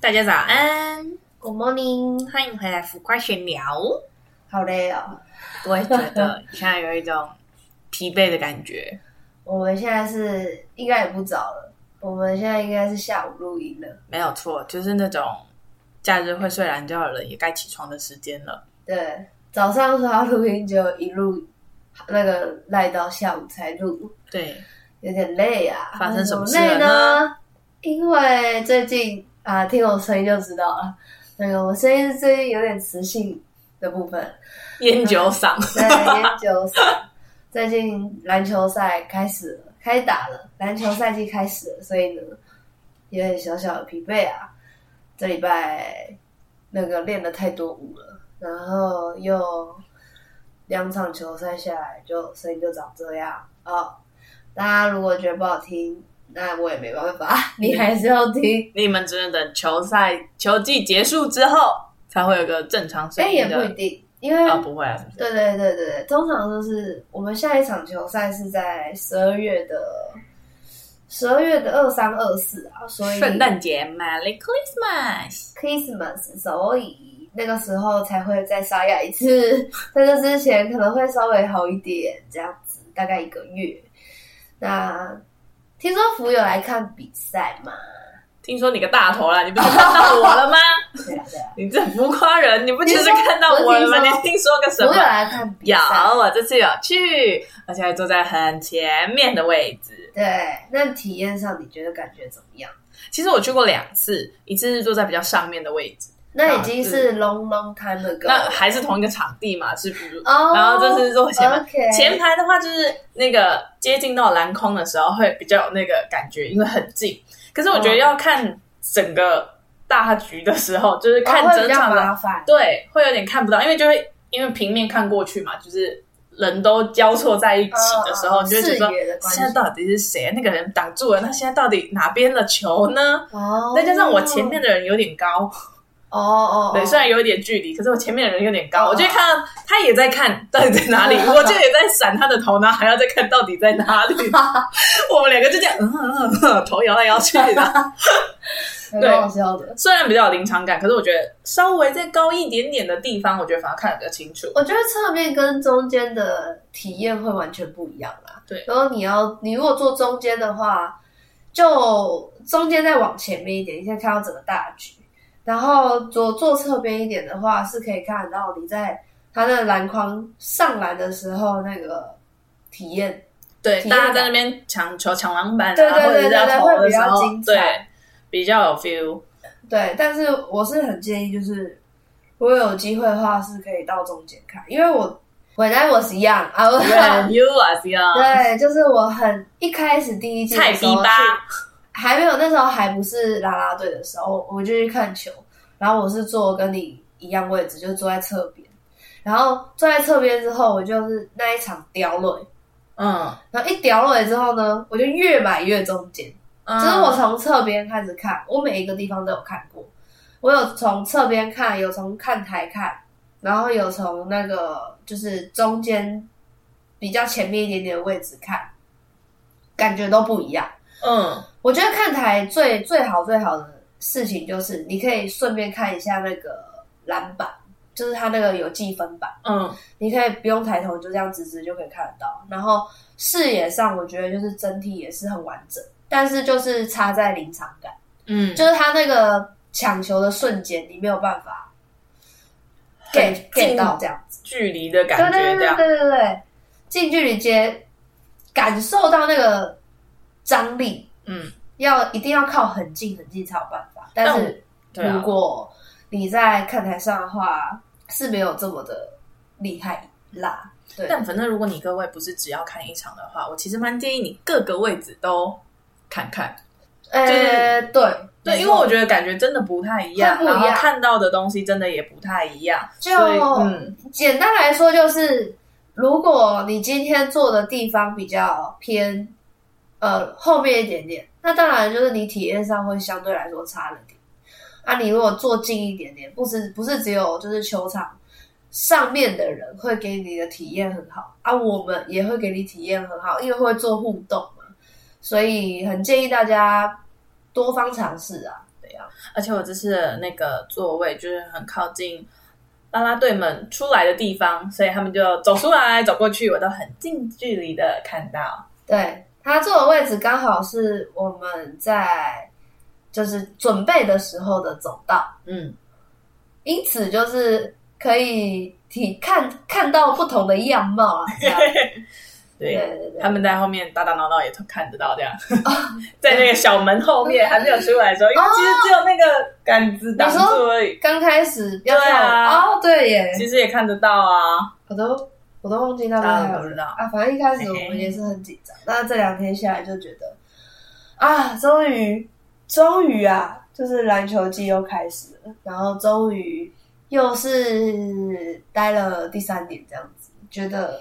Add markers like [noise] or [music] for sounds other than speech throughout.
大家早安， Good morning，欢迎回来浮夸闲聊。好累哦。我会觉得现在有一种疲惫的感觉，我们现在是应该也不早了，我们现在应该是下午录音了。没有错，就是那种假日会睡懒觉的人也该起床的时间了。对，早上说要录音，就一路那个赖到下午才录，对，有点累啊。发生什么事怎累了呢呢？因为最近啊，听我声音就知道了。那个我声音最近有点磁性的部分，烟酒嗓，在研究生。最近篮球赛开始了，开打了，篮球赛季开始了，所以呢，有点小小的疲惫啊。这礼拜那个练了太多舞了，然后又两场球赛下来就，声音就长这样哦。大家如果觉得不好听，那我也没办法， [laughs] 你还是要听。你们只能等球赛球季结束之后才会有个正常声哎，音也的不一定，因为啊、不会啊，是不是对对对对，对，通常都是我们下一场球赛是在十二月的十二月的二三二四啊，所以圣诞节，Merry Christmas！ Christmas，所以那个时候才会再沙哑一次，在这之前可能会稍微好一点，这样子大概一个月。那听说福有来看比赛吗？听说你个大头啦，你不是看到我了吗？ [laughs] 对啊对啊，你这浮夸人，你不就是看到我了吗？你你说听说个福什有么？来看比有赛，，我这次有去，而且还坐在很前面的位置。对，那体验上你觉得感觉怎么样？其实我去过两次，一次是坐在比较上面的位置，那已经是 long long time ago，啊那还是同一个场地嘛，是不是？哦，然后这次是坐前面。 OK 前排的话，就是那个接近到篮筐的时候，会比较有那个感觉，因为很近。可是我觉得哦要看整个大局的时候，就是看哦会整比较场的麻烦，对，会有点看不到，因为就会因为平面看过去嘛，就是人都交错在一起的时候，嗯嗯你就会觉得说视野的关系现在到底是谁？那个人挡住了，那现在到底哪边的球呢？哦再加上我前面的人有点高，哦哦，对，虽以然有一点距离，可是我前面的人有点高，哦我就会看到他也在看到底在哪 [laughs] 里，我就也在闪他的头，然后还要再看到底在哪里。我们两个就这样，嗯嗯嗯，头摇来摇去的。 [laughs] 对蛮好笑的。虽然比较有临场感，可是我觉得稍微再高一点点的地方，我觉得反而看得比较清楚。我觉得侧面跟中间的体验会完全不一样啦。对然后你要你如果坐中间的话，就中间再往前面一点，你先看到整个大局。然后左坐侧边一点的话，是可以看得到你在它的篮筐上篮的时候那个体验对，体大验家感在那边抢球、抢篮板啊，对对或者对是要对对投的时候，会比较精彩对，比较有 feel。对，但是我是很建议，就是如果有机会的话，是可以到中间看，因为我本来我是一样啊，我 [laughs] When [laughs] you are young，对，就是我很一开始第一季菜的逼时候去，吧，还没有那时候还不是啦啦队的时候，我就去看球，然后我是坐跟你一样位置，就是坐在侧边，然后坐在侧边之后，我就是那一场掉泪，嗯，然后一掉泪之后呢，我就越买越中间。嗯嗯只是我从侧边开始看，我每一个地方都有看过。我有从侧边看，有从看台看，然后有从那个就是中间比较前面一点点的位置看，感觉都不一样。嗯，我觉得看台最最好最好的事情就是，你可以顺便看一下那个篮板，就是它那个有计分板。嗯嗯，你可以不用抬头，就这样直直就可以看得到。然后视野上，我觉得就是整体也是很完整，但是就是差在临场感，嗯，就是他那个抢球的瞬间，你没有办法 get 近 get 到这样子。距离的对感对觉这对样，对对对，近距离接，感受到那个张力，嗯，要一定要靠很近很近才有办法。但但我是对啊如果你在看台上的话，是没有这么的厉害啦。对，但反正如果你各位不是只要看一场的话，我其实蛮建议你各个位置都看看。呃、是对对，因为我觉得感觉真的不太一样，会不一然样后看到的东西真的也不太一样，就所以嗯，简单来说就是，如果你今天坐的地方比较偏呃后面一点点，那当然就是你体验上会相对来说差了点。啊，你如果坐近一点点，不是不是只有就是球场上面的人会给你的体验很好啊，我们也会给你体验很好，因为会做互动嘛，所以很建议大家多方尝试啊，对啊，而且我这次的那个座位就是很靠近啦啦队们出来的地方，所以他们就走出来走过去，我都很近距离的看到。对他坐的位置刚好是我们在就是准备的时候的走道，嗯，因此就是可以体看看到不同的 [laughs] 样貌啊，这样对对。对哦对他们在后面打打闹闹也都看得到，这样在那个小门后面还没有出来的时候，因为其实只有那个杆子挡住而已，刚开始要对啊跳舞哦，对耶，其实也看得到啊。我都我都忘记那边大还家有都知道，啊，反正一开始我们也是很紧张，那这两天下来就觉得啊，终于终于啊，就是篮球季又开始了，然后终于又是待了第三年这样子，觉得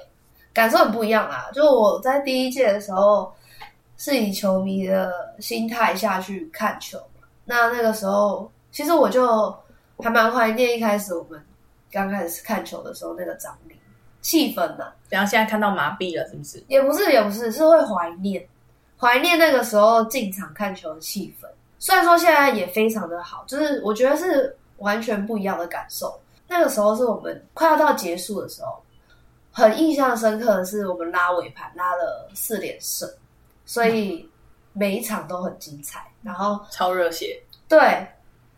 感受很不一样啊。就我在第一届的时候是以球迷的心态下去看球嘛，那那个时候其实我就还蛮怀念一开始我们刚开始看球的时候那个张力、气氛呐、然后现在看到麻痹了，是不是？也不是，也不是，是会怀念，怀念那个时候进场看球的气氛。虽然说现在也非常的好，就是我觉得是完全不一样的感受。那个时候是我们快要到结束的时候，很印象深刻的是我们拉尾盘拉了四连胜，所以每一场都很精彩。然后超热血，对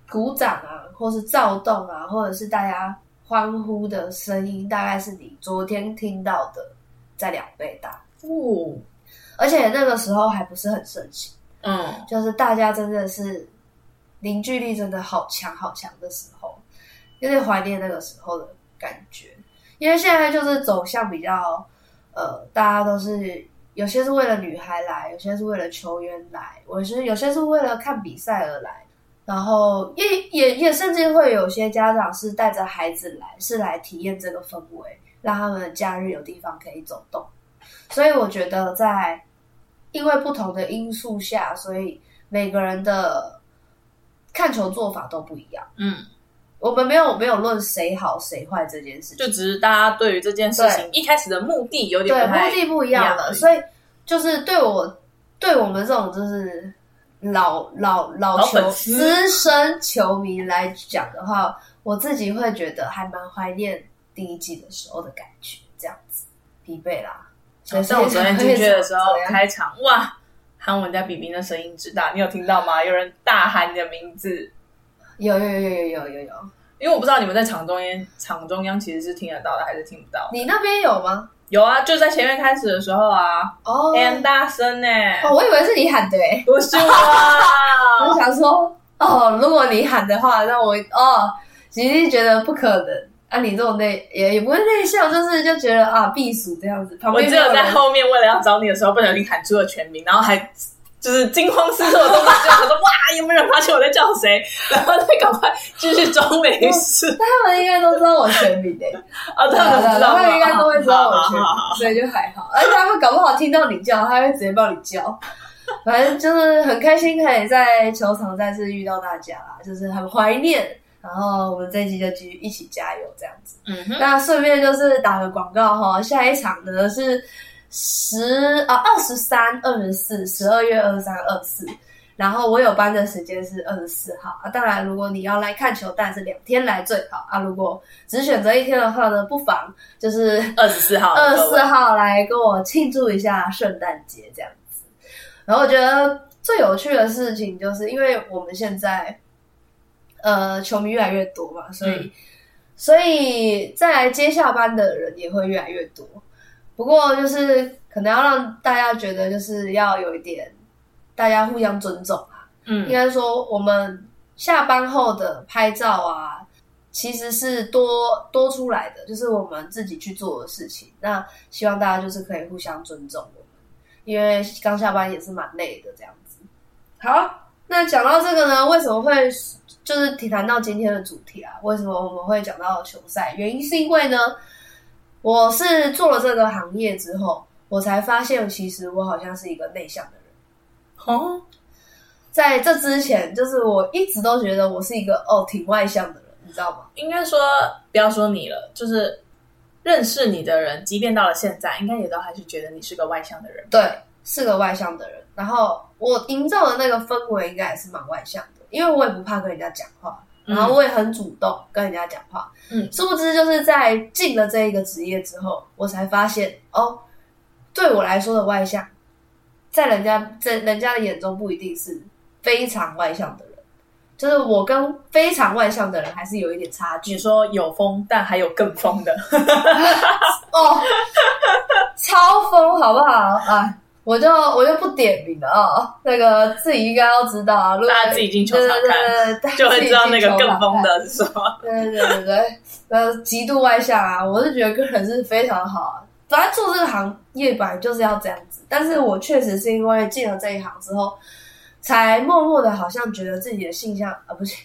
鼓掌啊，或是躁动啊，或者是大家欢呼的声音，大概是你昨天听到的在两倍大。哦，而且那个时候还不是很盛行，嗯，就是大家真的是凝聚力真的好强好强的时候，有点怀念那个时候的感觉。因为现在就是走向比较，呃，大家都是有些是为了女孩来，有些是为了球员来，我是有些是为了看比赛而来，然后也也也甚至会有些家长是带着孩子来，是来体验这个氛围，让他们假日有地方可以走动。所以我觉得在因为不同的因素下，所以每个人的看球做法都不一样。嗯，我们没有没有论谁好谁坏这件事情，就只是大家对于这件事情一开始的目的有点对，不太目的不一样一样而了，已所以就是对我对我们这种就是老老老老球粉丝资深球迷来讲的话，我自己会觉得还蛮怀念第一季的时候的感觉，这样子疲惫啦。所以像我昨天进去的时候 [laughs] 所以才会这样开场，哇，喊我们家比比的声音之大，你有听到吗？有人大喊你的名字，有有有有有有有，因为我不知道你们在场中间场中央其实是听得到的还是听不到。你那边有吗？有啊，就在前面开始的时候啊，哦，很大声呢、哦，我以为是你喊的诶、不是我，我想说，哦，如果你喊的话，那我哦，其实觉得不可能。啊，你这种内也也不会内向，就是就觉得啊避暑这样子，旁我边只没有有在人。后面为了要找你的时候，不小心喊出了全名，然后还就是惊慌失措的动作，想说哇，有没有人发现我在叫谁？然后再赶快继续装没事。他们应该都知道我全 [laughs] 名诶、啊，对他们知道吗，他们应该都会知道我好全好好名，所以就还好。而且他们搞不好听到你叫，他会直接帮你叫。反正就是很开心，可以在球场再次遇到大家啦，就是很怀念。然后我们这一集就继续一起加油这样子。嗯哼，那顺便就是打个广告哈，下一场呢是十啊二十三、二十四，十二月二三、二四。然后我有班的时间是二十四号啊，当然如果你要来看球，当然是两天来最好啊。如果只选择一天的话呢，不妨就是二十四号，二十四号来跟我庆祝一下圣诞节这样子。然后我觉得最有趣的事情，就是因为我们现在呃球迷越来越多嘛，所以、嗯所以再来接下班的人也会越来越多。不过就是可能要让大家觉得就是要有一点大家互相尊重啊，应嗯，该说我们下班后的拍照啊，其实是多多出来的，就是我们自己去做的事情。那希望大家就是可以互相尊重我们，因为刚下班也是蛮累的这样子。好，那讲到这个呢，为什么会就是提谈到今天的主题啊？为什么我们会讲到球赛？原因是因为呢，我是做了这个行业之后，我才发现其实我好像是一个内向的人。哦，在这之前，就是我一直都觉得我是一个哦挺外向的人，你知道吗？应该说不要说你了，就是认识你的人，即便到了现在，应该也都还是觉得你是个外向的人。对，是个外向的人。然后我营造的那个氛围应该也是蛮外向的，因为我也不怕跟人家讲话，然后我也很主动跟人家讲话。嗯殊不知就是在进了这一个职业之后，我才发现哦，对我来说的外向，在人家在人家的眼中不一定是非常外向的人，就是我跟非常外向的人还是有一点差距你。说有风，但还有更疯 [laughs] 的，哦，超疯好不好？哎，我就我就不点名了哦，那个自己应该要知道啊，如果大家自己进球场看，对对对对，就会知道那个更疯的。的是什么。对对对对对，呃，极度外向啊，我是觉得个人是非常好啊。本来做这个行业本来就是要这样子，但是我确实是因为进了这一行之后，才默默的好像觉得自己的性向啊，不是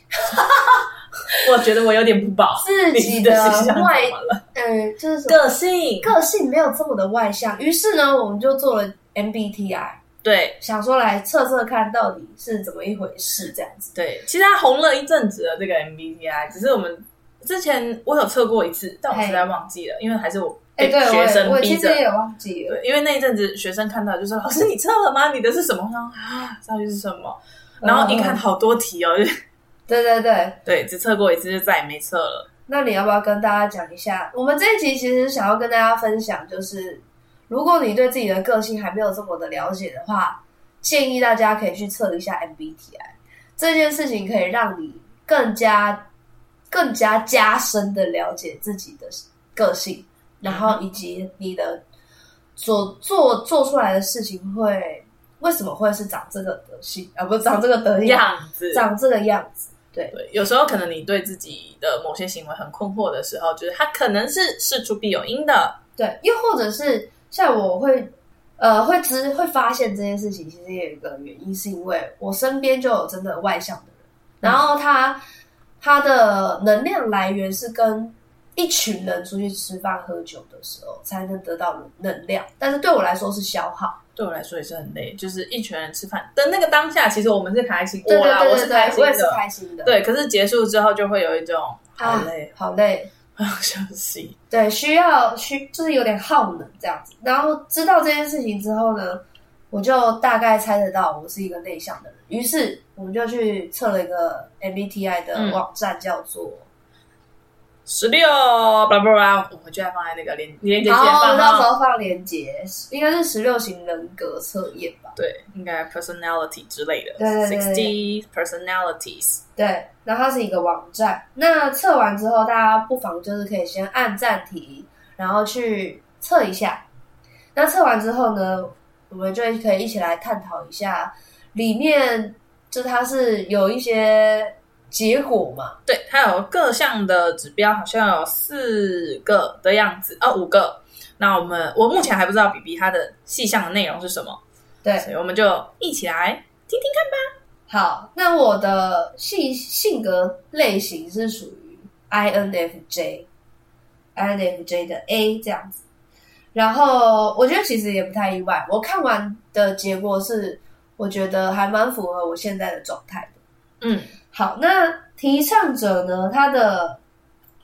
我觉得我有点不保，自己你的的形象怎外，么了？嗯、就是什么个性，个性没有这么的外向，于是呢，我们就做了 MBTI，对想说来测测看到底是怎么一回事，这样子。对，其实它红了一阵子了，这个 MBTI，只是我们之前我有测过一次，但我实在忘记了，因为还是我哎、被对，学我也生我逼其实着。也忘记了。对，因为那一阵子学生看到就说：“老师，你测了吗？你的是什么？”我想啊，到底是什么？然后一看，嗯，好多题哦， [laughs] 就是对对对，对，只测过一次就再也没测了。那你要不要跟大家讲一下？我们这一集其实想要跟大家分享，就是如果你对自己的个性还没有这么的了解的话，建议大家可以去测一下 MBTI 这件事情，可以让你更加、更加加深的了解自己的个性，然后以及你的所做做出来的事情会为什么会是长这个德性啊？不是长这个德样，样子，长这个样子。对，有时候可能你对自己的某些行为很困惑的时候，就是它可能是事出必有因的。对，又或者是像我会，呃，会知会发现这件事情，其实也有一个原因，是因为我身边就有真的外向的人，嗯然后他他的能量来源是跟一群人出去吃饭喝酒的时候才能得到能量，但是对我来说是消耗。对我来说也是很累，就是一群人吃饭的那个当下，其实我们是开心，对我对啦，对我对是对开，心我也是的，开心的，对。可是结束之后就会有一种啊好累，好累，我要休息。对，需要需就是有点耗能这样子。然后知道这件事情之后呢，我就大概猜得到我是一个内向的人，于是我们就去测了一个 MBTI 的嗯网站，叫做、十六，叭叭叭，我就要放在那个连连接然解后放到时到候放链接，应该是十六型人格测验吧？对，应该 personality 之类的对对对，sixty personalities。对，然后它是一个网站。那测完之后，大家不妨就是可以先按暂停，然后去测一下。那测完之后呢，我们就可以一起来探讨一下里面，就它是有一些结果嘛？对，它有各项的指标，好像有四个的样子，哦，五个。那我们我目前还不知道比比它的细项的内容是什么，对，所以我们就一起来听听好，那我的性性格类型是属于 INFJ，INFJ 的 A 这样子。然后我觉得其实也不太意外，我看完的结果是，我觉得还蛮符合我现在的状态的。看。嗯，好，那提倡者呢，他的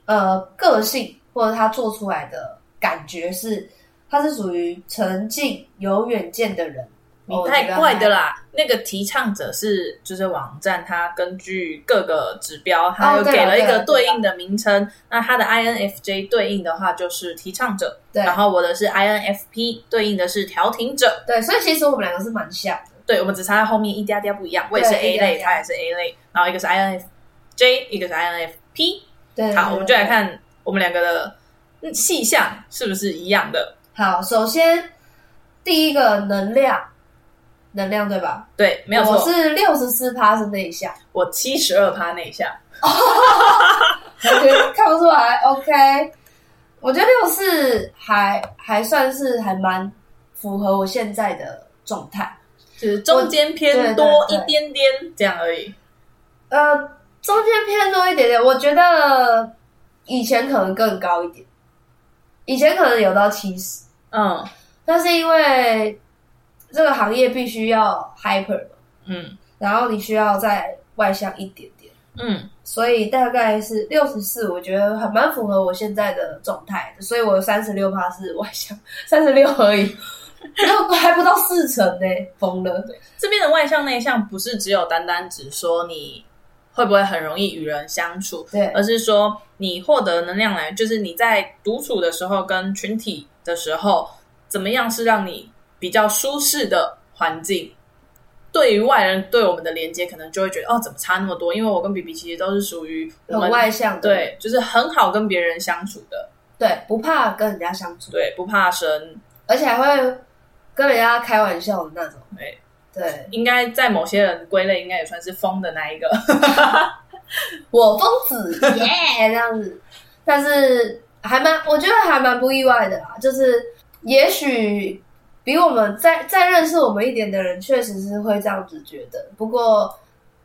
呃个性或者他做出来的感觉是，他是属于沉静有远见的人。你哦太怪的！啦！那个提倡者是就是网站，它根据各个指标，它又哦对给啦了一对个啦对应的名称。那它的 INFJ 对应的话就是提倡者，我觉得还然后我的是 INFP 对应的是调停者。对对，所以其实我们两个是蛮像的。对，我们只差在后面一点点不一样。我也是对 A 一点类，点他也是 A 类，然后一个是 INFJ，一个是 INFP。对，对好，我们就来。对对看我们两个的嗯细项是不是一样的。好，首先第一个能量，能量对吧？对，没有我错，是六十四趴是内向，我七十二趴内向，我觉得看不出来。OK，我觉得六四还还算是还蛮符合我现在的状态。就是中间偏我多对一对对点点这样而已。呃，中间偏多一点点，我觉得以前可能更高一点，以前可能有到七十，嗯但是因为这个行业必须要 hyper 嘛，嗯然后你需要再外向一点点。嗯，所以大概是六十四，我觉得还蛮符合我现在的状态的，所以我三十六趴是外向， [laughs] 三十六而已，然后还不到四成呢、疯了。这边的外向内向不是只有单单只说你会不会很容易与人相处，对而是说你获得能量来源，就是你在独处的时候跟群体的时候，怎么样是让你比较舒适的环境。对于外人对我们的连接，可能就会觉得哦，怎么差那么多？因为我跟比比其实都是属于我很们外向的，对，就是很好跟别人相处的，对，不怕跟人家相处，对，不怕生。而且还会跟人家开玩笑的那种，对对，应该在某些人归类，应该也算是疯的那一个。我疯子耶 [laughs] 这样子，但是还蛮，我觉得还蛮不意外的啦，就是也许比我们再再认识我们一点的人，确实是会这样子觉得，不过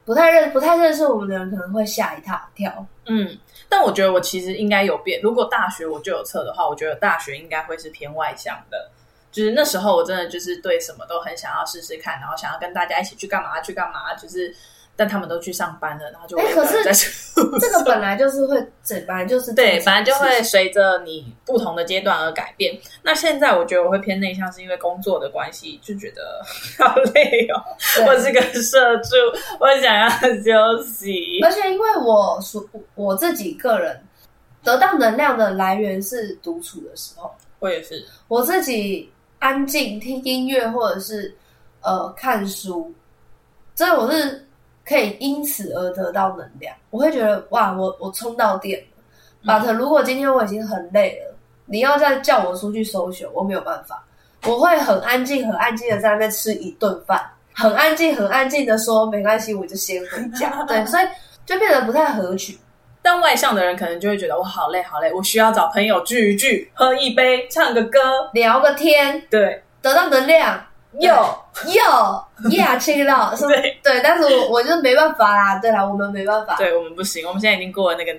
不太认不太认识我们的人可能会吓一大 [laughs] 跳，嗯，但我觉得我其实应该有变。如果大学我就有测的话，我觉得大学应该会是偏外向的。就是那时候我真的就是对什么都很想要试试看，然后想要跟大家一起去干嘛去干嘛，就是但他们都去上班了，然后就我哎一个可是人在宿舍这个本来就是会，这本来就 [laughs] 是对，正反常正就的事会情随着你不同的阶段而改变。那现在我觉得我会偏内向，是因为工作的关系，就觉得好累哦。对我是个社畜，我想要休息。而且因为我属我自己个人得到能量的来源是独处的时候，我也是，我自己安静听音乐或者是呃看书，所以我是可以因此而得到能量。我会觉得哇，我我充到电了。把特，如果今天我已经很累了，你要再叫我出去搜寻，我没有办法。我会很安静、很安静的在那边吃一顿饭，很安静、很安静的说没关系，我就先回家。对，所以就变得不太合群。但外向的人可能就会觉得我好累好累，我需要找朋友聚一聚，喝一杯，唱个歌。聊个天，对，得到能量，有有呀，吃 [laughs] 了是不是？对对，但是我我就没办法啦。对啦，我们没办法。对，我们不行，我们现在已经过了那个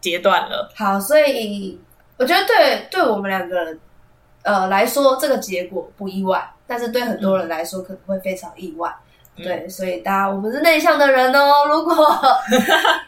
阶段了。好，所以我觉得对对我们两个人呃来说，这个结果不意外，但是对很多人来说可能会非常意外。嗯对，所以大家我们是内向的人哦。如 [laughs] 果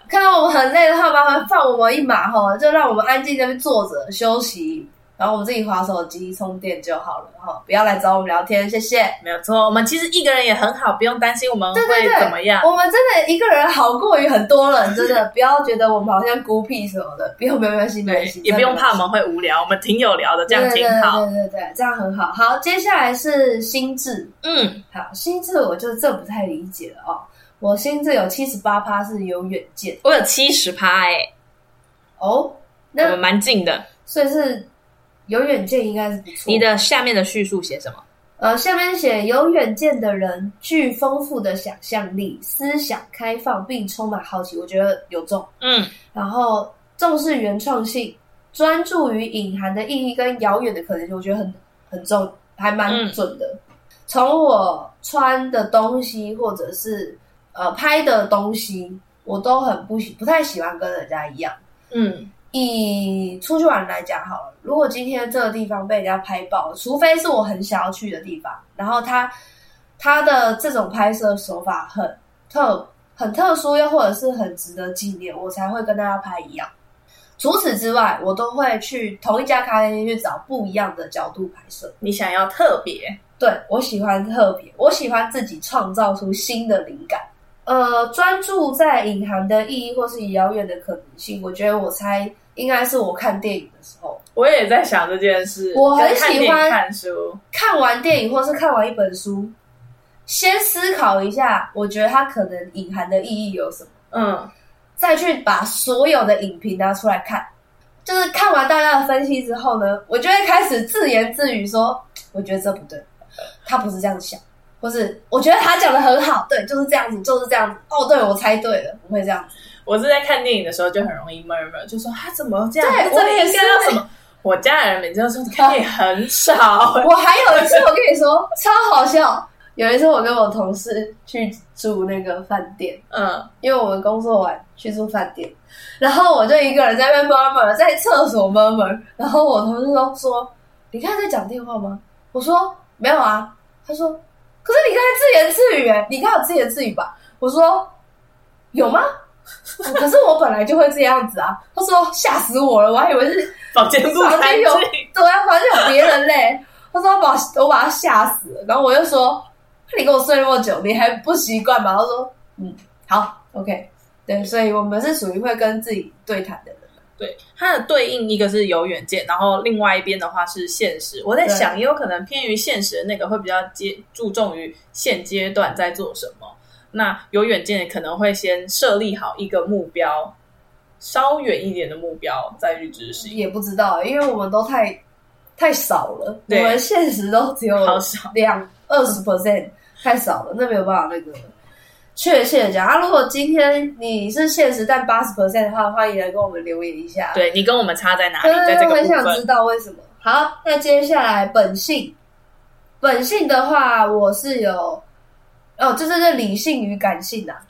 看到我们很累的话，麻烦放我们一马哈，就让我们安静在那边坐着休息，然后我们自己划手机充电就好了哈，不要来找我们聊天，谢谢。没有错，我哦们其实一个人也很好，不用担心我们对对会对，怎么样。我们真的一个人好过于很多人，真的不要觉得我们好像孤僻什么的，不 [laughs] 用，没关系，没关系，也不用怕我嘛，们会无聊，我们挺有聊的，这样挺好。对对对对对，这样很好。好，接下来是心智，嗯，好，心智我就这不太理解了哦。我心智有七十八趴是有远见我有七十趴哎，哦，我们那蛮近的。所以是有远见应该是不错。你的下面的叙述写什么？呃，下面写有远见的人具丰富的想象力，思想开放并充满好奇，我觉得有中。嗯，然后重视原创性，专注于隐含的意义跟遥远的可能性，我觉得很很重，还蛮准的。从我穿的东西或者是呃拍的东西，我都很不喜，不太喜欢跟人家一样。嗯，以出去玩来讲好了，如果今天这个地方被人家拍爆了，除非是我很想要去的地方，然后他他的这种拍摄手法很特很特殊，又或者是很值得纪念，我才会跟大家拍一样。除此之外，我都会去同一家咖啡厅去找不一样的角度拍摄。你想要特别，对我喜欢特别，我喜欢自己创造出新的灵感。呃，专注在隐含的意义或是遥远的可能性，我觉得我猜应该是我看电影的时候，我也在想这件事。我很跟看喜电影欢看书，看完电影或是看完一本书，先思考一下，我觉得它可能隐含的意义有什么，嗯，再去把所有的影评拿出来看。就是看完大家的分析之后呢，我就会开始自言自语说：“我觉得这不对，他不是这样想，或是我觉得他讲的很好，对，就是这样子，就是这样子。哦，对，我猜对了，我会这样子。我是在看电影的时候就很容易 murmur，就说啊他怎么这样？对这里我也应是该要什么？我家人每次都说看电影很欸吵， [laughs] 我还有一次，我跟你说超好笑，有一次我跟我同事去住那个饭店，嗯，因为我们工作完去住饭店，然后我就一个人在那边 murmur，在厕所 murmur，然后我同事都说：“你刚才在讲电话吗？”我说：“没有啊。”他说：“可是你刚才自言自语、欸，你刚才有自言自语吧？”我说：“有吗？”我可是我本来就会这样子啊。他说：“吓死我了，我还以为是房间不房干间有净。对啊，房间有别人嘞。他说我把我把他吓死了，然后我就说你跟我睡那么久，你还不习惯吗？他说嗯，好，OK。对，所以我们是属于会跟自己对谈的人。 [laughs] 对，它的对应一个是有远见，然后另外一边的话是现实。我在对想，也有可能偏于现实的那个会比较接注重于现阶段在做什么。那有远见可能会先设立好一个目标，稍远一点的目标再去执行。也不知道，因为我们都太太少了，我对们现实都只有好少两二十 percent，太少了，那没有办法那个确切地讲。啊，如果今天你是现实但八十 percent 的话，欢迎来跟我们留言一下。对你跟我们差在哪里，在这个对，嗯我很部想分知道为什么。好，那接下来本性，本性的话，我是有哦，就是这理性与感性啊。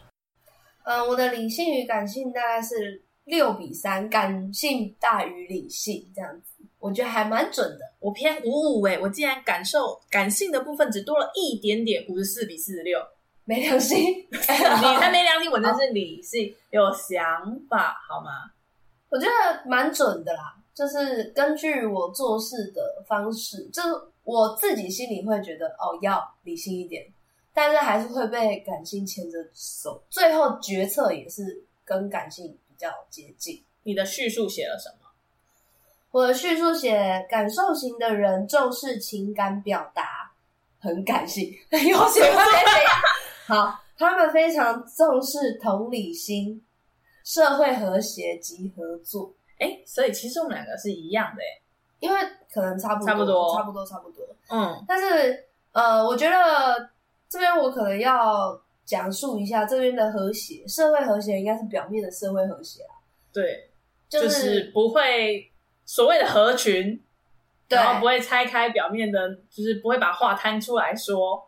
嗯，我的理性与感性大概是六比三，感性大于理性这样子，我觉得还蛮准的。我偏五五哎，我竟然感受感性的部分只多了一点点，五十四比四十 [laughs] 六。没良心，你才没良心，我真是理性有想法好吗？我觉得蛮准的啦，就是根据我做事的方式，就是我自己心里会觉得哦要理性一点，但是还是会被感性牵着走，最后决策也是跟感性比较接近。你的叙述写了什么？我的叙述写感受型的人重视情感表达，很感性， [laughs] 有写吗？好，他们非常重视同理心、社会和谐及合作。哎，所以其实我们两个是一样的哎。因为可能差不多，差不多差不多，差不多。嗯，但是呃，我觉得这边我可能要讲述一下这边的和谐，社会和谐应该是表面的社会和谐啊，对，是、就是不会所谓的合群，对然后不会拆开表面的，就是不会把话摊出来说。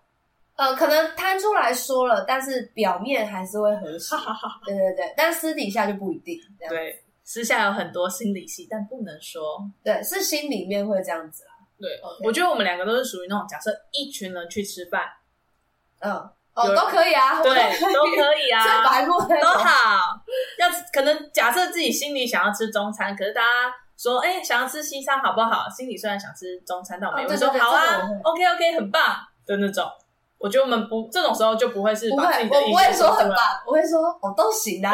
呃，可能摊出来说了，但是表面还是会和谐，对对对，但私底下就不一定这样。对，私下有很多心理戏，但不能说。对是心里面会这样子啊啦。对 OK 我觉得我们两个都是属于那种，假设一群人去吃饭，嗯，有哦，都可以啊，对，都以，可以啊， [laughs] 最白目的都好。要可能假设自己心里想要吃中餐，可是大家说，哎、想要吃西餐好不好？心里虽然想吃中餐，但我们哦也会对说、对对好这啊个我会，OK OK，很棒的那种。我觉得我们不这种时候就不会是不把自会己，的我意不会见说说很出来，棒，我会说哦都行啊，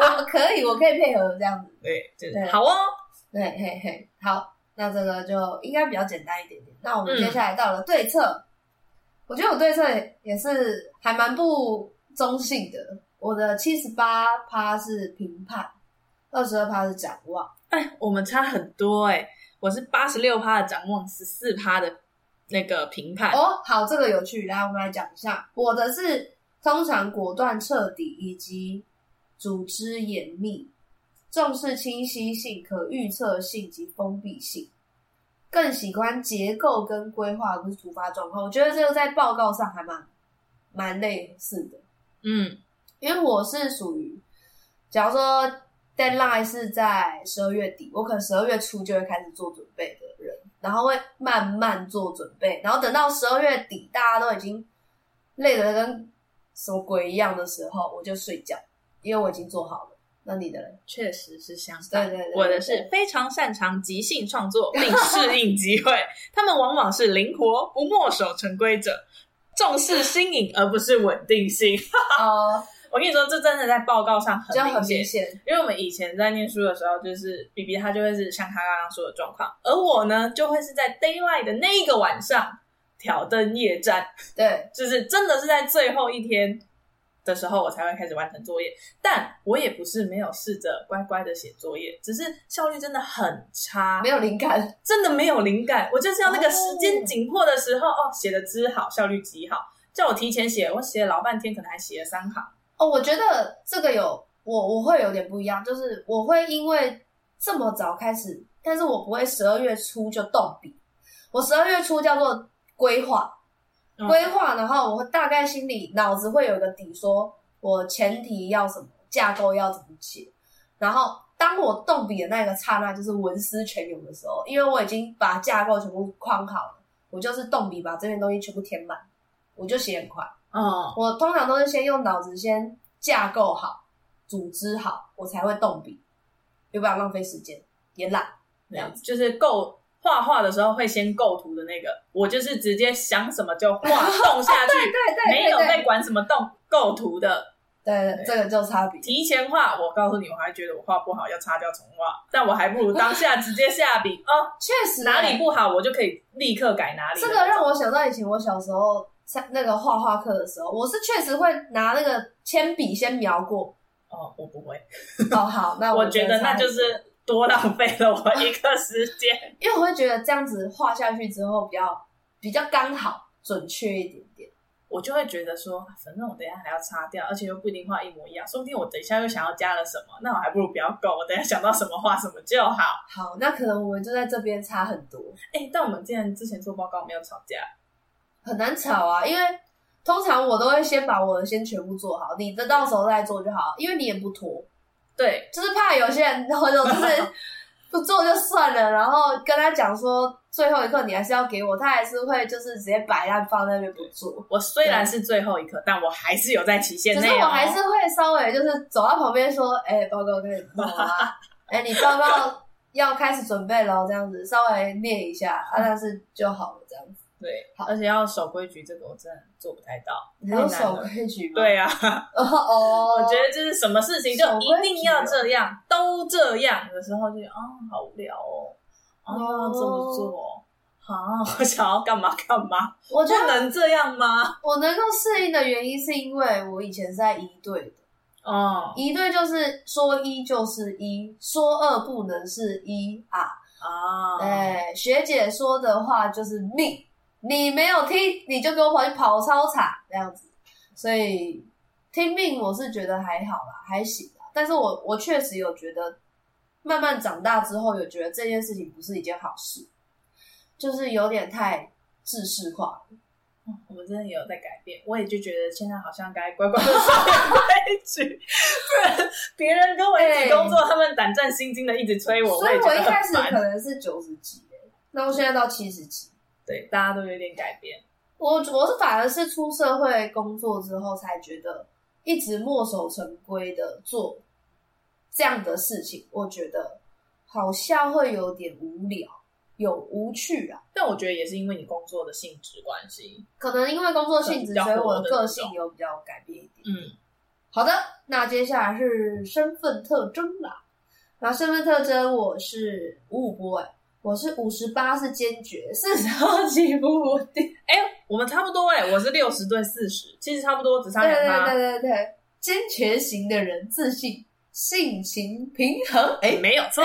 我可以，我可以配合这样子。对，就是对好哦。对，嘿嘿，好，那这个就应该比较简单一点点。那我嗯们接下来到了对策，我觉得我对策也是还蛮不中性的。我的七十八趴是评判，二十二趴是展望。哎，我们差很多哎、我是八十六趴的展望，十四趴的那个评判。哦，好，这个有趣，来我们来讲一下。我的是通常果断彻底以及组织严密，重视清晰性、可预测性及封闭性，更喜欢结构跟规划，而不是突发状况。我觉得这个在报告上还蛮蛮类似的。嗯，因为我是属于，假如说 deadline 是在十二月底，我可能十二月初就会开始做准备的人，然后会慢慢做准备，然后等到十二月底大家都已经累得跟什么鬼一样的时候，我就睡觉，因为我已经做好了。那你的嘞？确实是相反。对对对我的是非常擅长即兴创作并适应机 [laughs] 会，他们往往是灵活不墨守成规者，重视新颖而不是稳定性。 [laughs] 哦、我跟你说，这真的在报告上就很很明显明。显，因为我们以前在念书的时候，就是 B B 他就会是像他刚刚说的状况，而我呢就会是在 day l i g h t 的那一个晚上挑灯夜战，对就是真的是在最后一天的时候，我才会开始完成作业。但我也不是没有试着乖乖的写作业，只是效率真的很差，没有灵感，真的没有灵感。我就是要那个哦时间紧迫的时候，哦，写的之好，效率极好。叫我提前写，我写了老半天，可能还写了三行。哦，我觉得这个有我我会有点不一样，就是我会因为这么早开始，但是我不会十二月初就动笔，我十二月初叫做规划，嗯规划，然后我会大概心里脑子会有一个底，说我前提要什么，架构要怎么写，然后当我动笔的那个刹那，就是文思泉涌的时候，因为我已经把架构全部框好了，我就是动笔把这边东西全部填满，我就写很快。嗯，我通常都是先用脑子先架构好、组织好，我才会动笔，要不然浪费时间也懒。这样子就是构画画的时候会先构图的那个，我就是直 [laughs] 接想什么就画动下去，对对没有在管什么动构图的。对，对这个就差别。提前画，我告诉你，我还觉得我画不好，要擦掉重画，但我还不如当下直接下笔哦， [laughs] 确实、欸哪里不好我就可以立刻改哪里。这个让我想到以前我小时候上那个画画课的时候，我是确实会拿那个铅笔先描过。哦，我不会，哦，好，那我觉觉得那差就是多浪费了我一个时 [laughs] 间。因为我会觉得这样子画下去之后比较比较刚好准确一点点。我就会觉得说，反正我等一下还要擦掉，而且又不一定画一模一样，说不定我等一下又想要加了什么，那我还不如不要够，我等一下想到什么画什么就好。好，那可能我们就在这边差很多， [laughs] 哎，但我们之前之前做报告没有吵架，很难吵啊。因为通常我都会先把我的先全部做好，你的到时候再做就好，因为你也不拖，对，就是怕有些人或者就是 [laughs] 不做就算了，然后跟他讲说最后一刻你还是要给我，他还是会就是直接摆烂放在那边不做。我虽然是最后一刻，但我还是有在期限可内、是哦。我还是会稍微就是走到旁边说：“哎、报告开始做了啊，哎、你报告要开始准备了，这样子稍微念一下啊，但是就好了，这样子。对，好而且要守规矩，这个我真的做不太到。”你太有难守了规矩吗？，对啊，哦 [laughs] 哦，我觉得就是什么事情就守规矩一定要这样，都这样的时候就觉得啊、好无聊哦，啊、哦这么做啊，我想要干嘛干嘛，我不觉得能这样 [laughs] 吗？我能够适应的原因是因为我以前是在一队的，哦、一队就是说一就是一，说二不能是一啊，啊，哎、学姐说的话就是命，你没有听，你就给我跑去跑操场这样子。所以听命我是觉得还好啦，还行啦。但是我我确实有觉得，慢慢长大之后有觉得这件事情不是一件好事，就是有点太制式化。我们真的也有在改变，我也就觉得现在好像该乖乖的守规矩，不然别人跟我一起工作，他们胆战心惊的一直催我，哎所以也觉我一得开很始烦。可能是九十几、欸，那我现在到七十几。对，大家都有点改变。我我是反而是出社会工作之后才觉得，一直墨守成规的做这样的事情，我觉得好像会有点无聊，有无趣啊。但我觉得也是因为你工作的性质关系，可能因为工作性质，所以我的个性有比较改变一点。嗯，好的，那接下来是身份特征啦。然后身份特征，我是五五波、欸，我是五十八是坚决，四十二起伏不定。哎、我们差不多哎、我是六十对四十，其实差不多，只差对两对趴。对对对，坚决型的人自信、性情平衡，哎、没有错，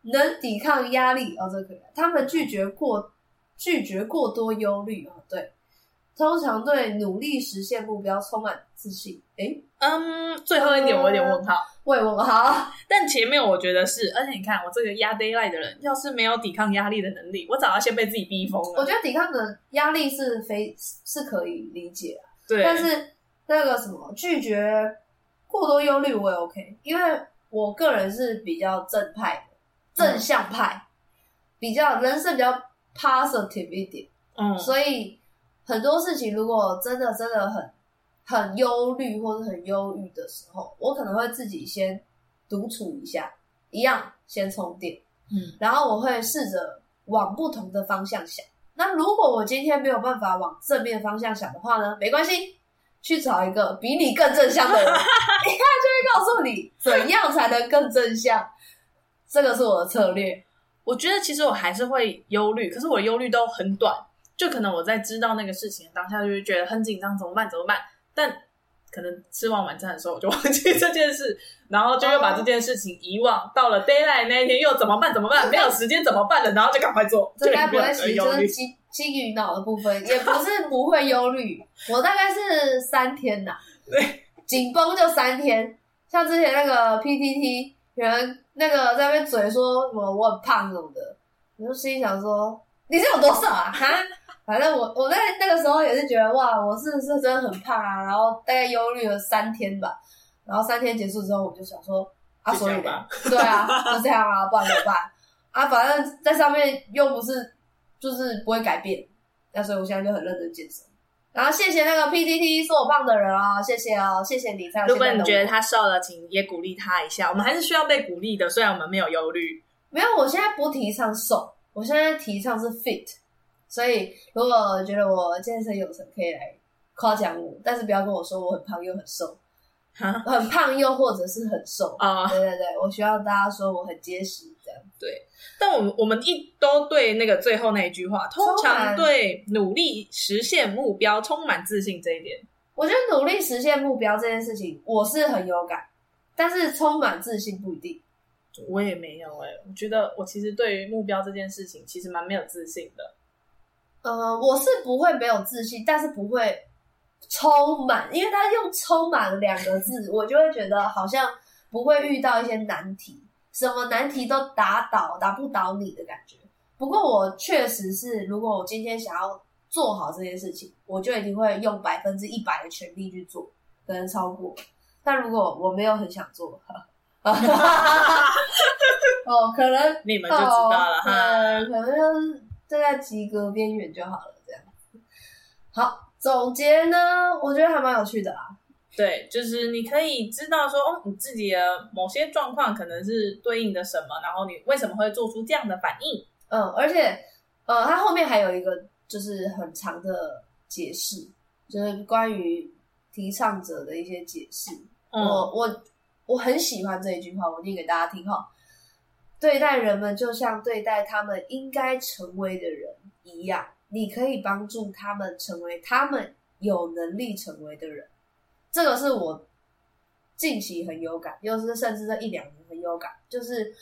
能抵抗压力哦，这可以。他们拒绝过拒绝过多忧虑哦，对。通常对努力实现目标充满自信。哎诶，嗯，最后一点我有点问号，喂，我好，但前面我觉得是，而且你看我这个压 d a y l i g h t 的人，要是没有抵抗压力的能力，我早要先被自己逼疯我了。觉得抵抗的压力是非是可以理解啊对，但是那个什么拒绝过多忧虑我也 OK，因为我个人是比较正派的，嗯正向派，比较人生比较 positive 一点，嗯，所以很多事情如果真的真的很很忧虑或者很忧郁的时候，我可能会自己先独处一下，一样先充电。嗯，然后我会试着往不同的方向想。那如果我今天没有办法往正面方向想的话呢，没关系，去找一个比你更正向的人，他就会告诉你怎样才能更正向。这个是我的策略。我觉得其实我还是会忧虑，可是我的忧虑都很短，就可能我在知道那个事情的当下，就是觉得很紧张，怎么办？怎么办？但可能吃完晚餐的时候，我就忘记这件事，然后就又把这件事情遗忘。到了 d a y l i g h t 那一天，又怎么办？怎么办？没有时间怎么办了？然后就赶快做，这就该也不没有会人其实呃忧就是虑。金金鱼脑的部分，也不是不会忧虑。我大概是三天呐、 [laughs] 对，紧绷就三天。像之前那个 PTT 有人那个在那边嘴说什么我很胖什么的，我就心里想说你是有多少啊？哈，反正我我在那个时候也是觉得哇，我是是真的很胖啊，然后大概忧虑了三天吧。然后三天结束之后，我就想说啊，就这所以样呢吧， [laughs] 对啊，就这样啊，不然怎么办？啊，反正在上面又不是就是不会改变，那所以我现在就很认真健身。然后谢谢那个 PTT 说我胖的人啊、谢谢哦，谢谢你才有如现果在的你我觉得他瘦了，请也鼓励他一下。我们还是需要被鼓励的，虽然我们没有忧虑。没有，我现在不提倡瘦，我现在提倡是 fit。所以如果觉得我健身有成，可以来夸奖我，但是不要跟我说我很胖又很瘦，哈很胖又或者是很瘦。啊、对对对，我希望大家说我很结实，这样但我们我们一都对那个最后那一句话，通常对努力实现目标充满自信这一点，我觉得努力实现目标这件事情，我是很有感，但是充满自信不一定。我也没有哎、我觉得我其实对于目标这件事情，其实蛮没有自信的。 [laughs] 呃，我是不会没有自信，但是不会充满，因为他用“充满”两个字，我就会觉得好像不会遇到一些难题，什么难题都打倒打不倒你的感觉。不过我确实是，如果我今天想要做好这件事情，我就一定会用百分之一百的全力去做，可能超过。但如果我没有很想做， [laughs] 哦，可能你们就知道了、哈。嗯，可能就是大概及格边缘就好了，这样。好，总结呢，我觉得还蛮有趣的啊啦。对，就是你可以知道说，哦，你自己的某些状况可能是对应的什么，然后你为什么会做出这样的反应。嗯，而且呃，它后面还有一个就是很长的解释，就是关于提倡者的一些解释。嗯哦我我我很喜欢这一句话，我念给大家听哈。对待人们就像对待他们应该成为的人一样，你可以帮助他们成为他们有能力成为的人。这个是我近期很有感，又是甚至这一两年很有感，就是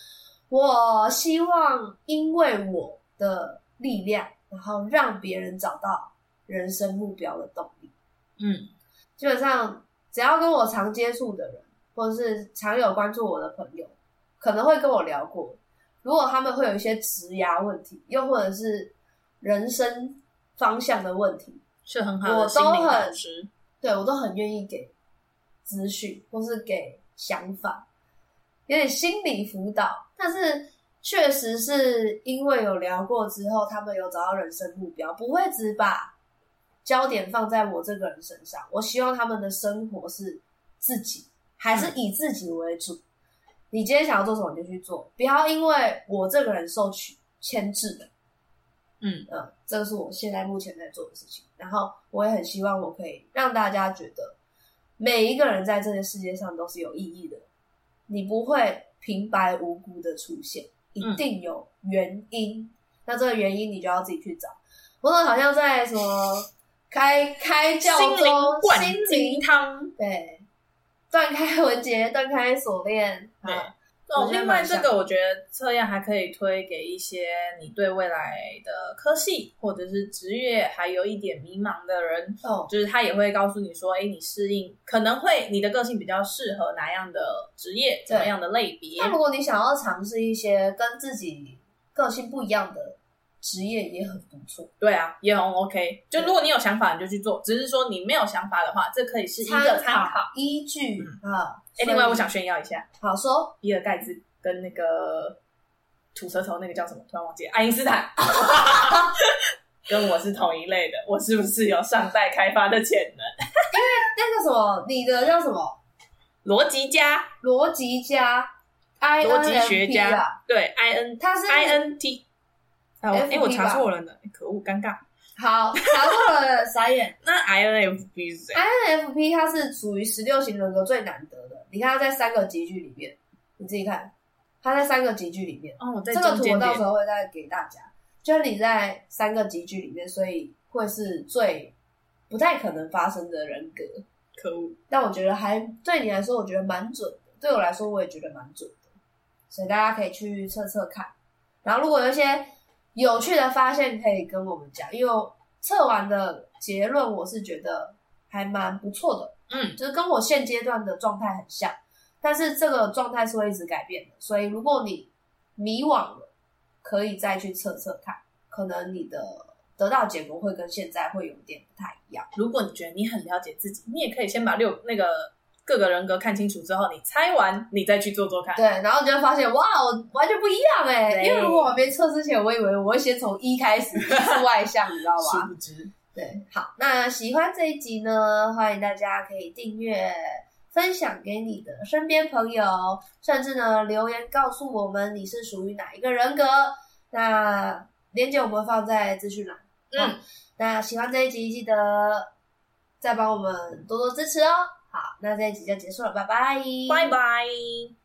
我希望因为我的力量，然后让别人找到人生目标的动力。嗯基本上只要跟我常接触的人，或者是常有关注我的朋友，可能会跟我聊过。如果他们会有一些职涯问题，又或者是人生方向的问题，是很好的我心都灵导很师。对我都很愿意给资讯或是给想法，有点心理辅导。但是确实是因为有聊过之后，他们有找到人生目标，不会只把焦点放在我这个人身上。我希望他们的生活是自己，还是以自己为主。你今天想要做什么你就去做，不要因为我这个人受取牵制的。嗯嗯，这个是我现在目前在做的事情。然后我也很希望我可以让大家觉得，每一个人在这个世界上都是有意义的，你不会平白无故的出现，嗯一定有原因。那这个原因你就要自己去找。我总好像在什么开开教心灵中灌心鸡灵汤。对断开文结，断开锁链对啊，哦我，觉得另外蛮这像个我觉得测验还可以推给一些你对未来的科系或者是职业还有一点迷茫的人，哦，就是他也会告诉你说，哎，你适应可能会你的个性比较适合哪样的职业，怎么样的类别那。如果你想要尝试一些跟自己个性不一样的职业，也很不错。对啊，也很 OK。就对如果你有想法，你就去做；只是说你没有想法的话，这可以是一个参考。考依据啊。哎，所以另外我想炫耀一下，好说，比尔盖茨跟那个吐舌头那个叫什么？突然忘记了，爱因斯坦， [laughs] 跟我是同一类的。我是不是有上代开发的潜能？那个什么，你的叫什么逻辑家、逻辑家、I 逻辑学 N F P 啊，家，对，I N 他是 I N T。哎，我 FP 哎我查错了呢，可恶，尴尬。好查错了，傻眼。 [laughs] 那 I N F P 是谁？ I N F P 它是属于十六型人格最难得的，你看它在三个集聚里面，你自己看，它在三个集聚里面。哦，我在这个中图我间到点时。候会再给大家。就是你在三个集聚里面，所以会是最不太可能发生的人格。可恶，但我觉得还对你来说，我觉得蛮准的。对我来说，我也觉得蛮准的。所以大家可以去测测看。然后如果有一些有趣的发现，可以跟我们讲。因为我测完的结论，我是觉得还蛮不错的。嗯，就是跟我现阶段的状态很像，但是这个状态是会一直改变的，所以如果你迷惘了，可以再去测测看，可能你的得到结果会跟现在会有点不太一样。如果你觉得你很了解自己，你也可以先把六那个各个人格看清楚之后，你猜完你再去做做看。对，然后你就会发现，哇，我完全不一样哎、对因为如果我没测之前，我以为我会先从一开始，是外向，你知道吧？殊不知，对，好，那喜欢这一集呢，欢迎大家可以订阅、分享给你的身边朋友，甚至呢留言告诉我们你是属于哪一个人格。那链接我们放在资讯栏。嗯，那喜欢这一集，记得再帮我们多多支持哦。好，那这一集就结束了，拜拜，拜拜。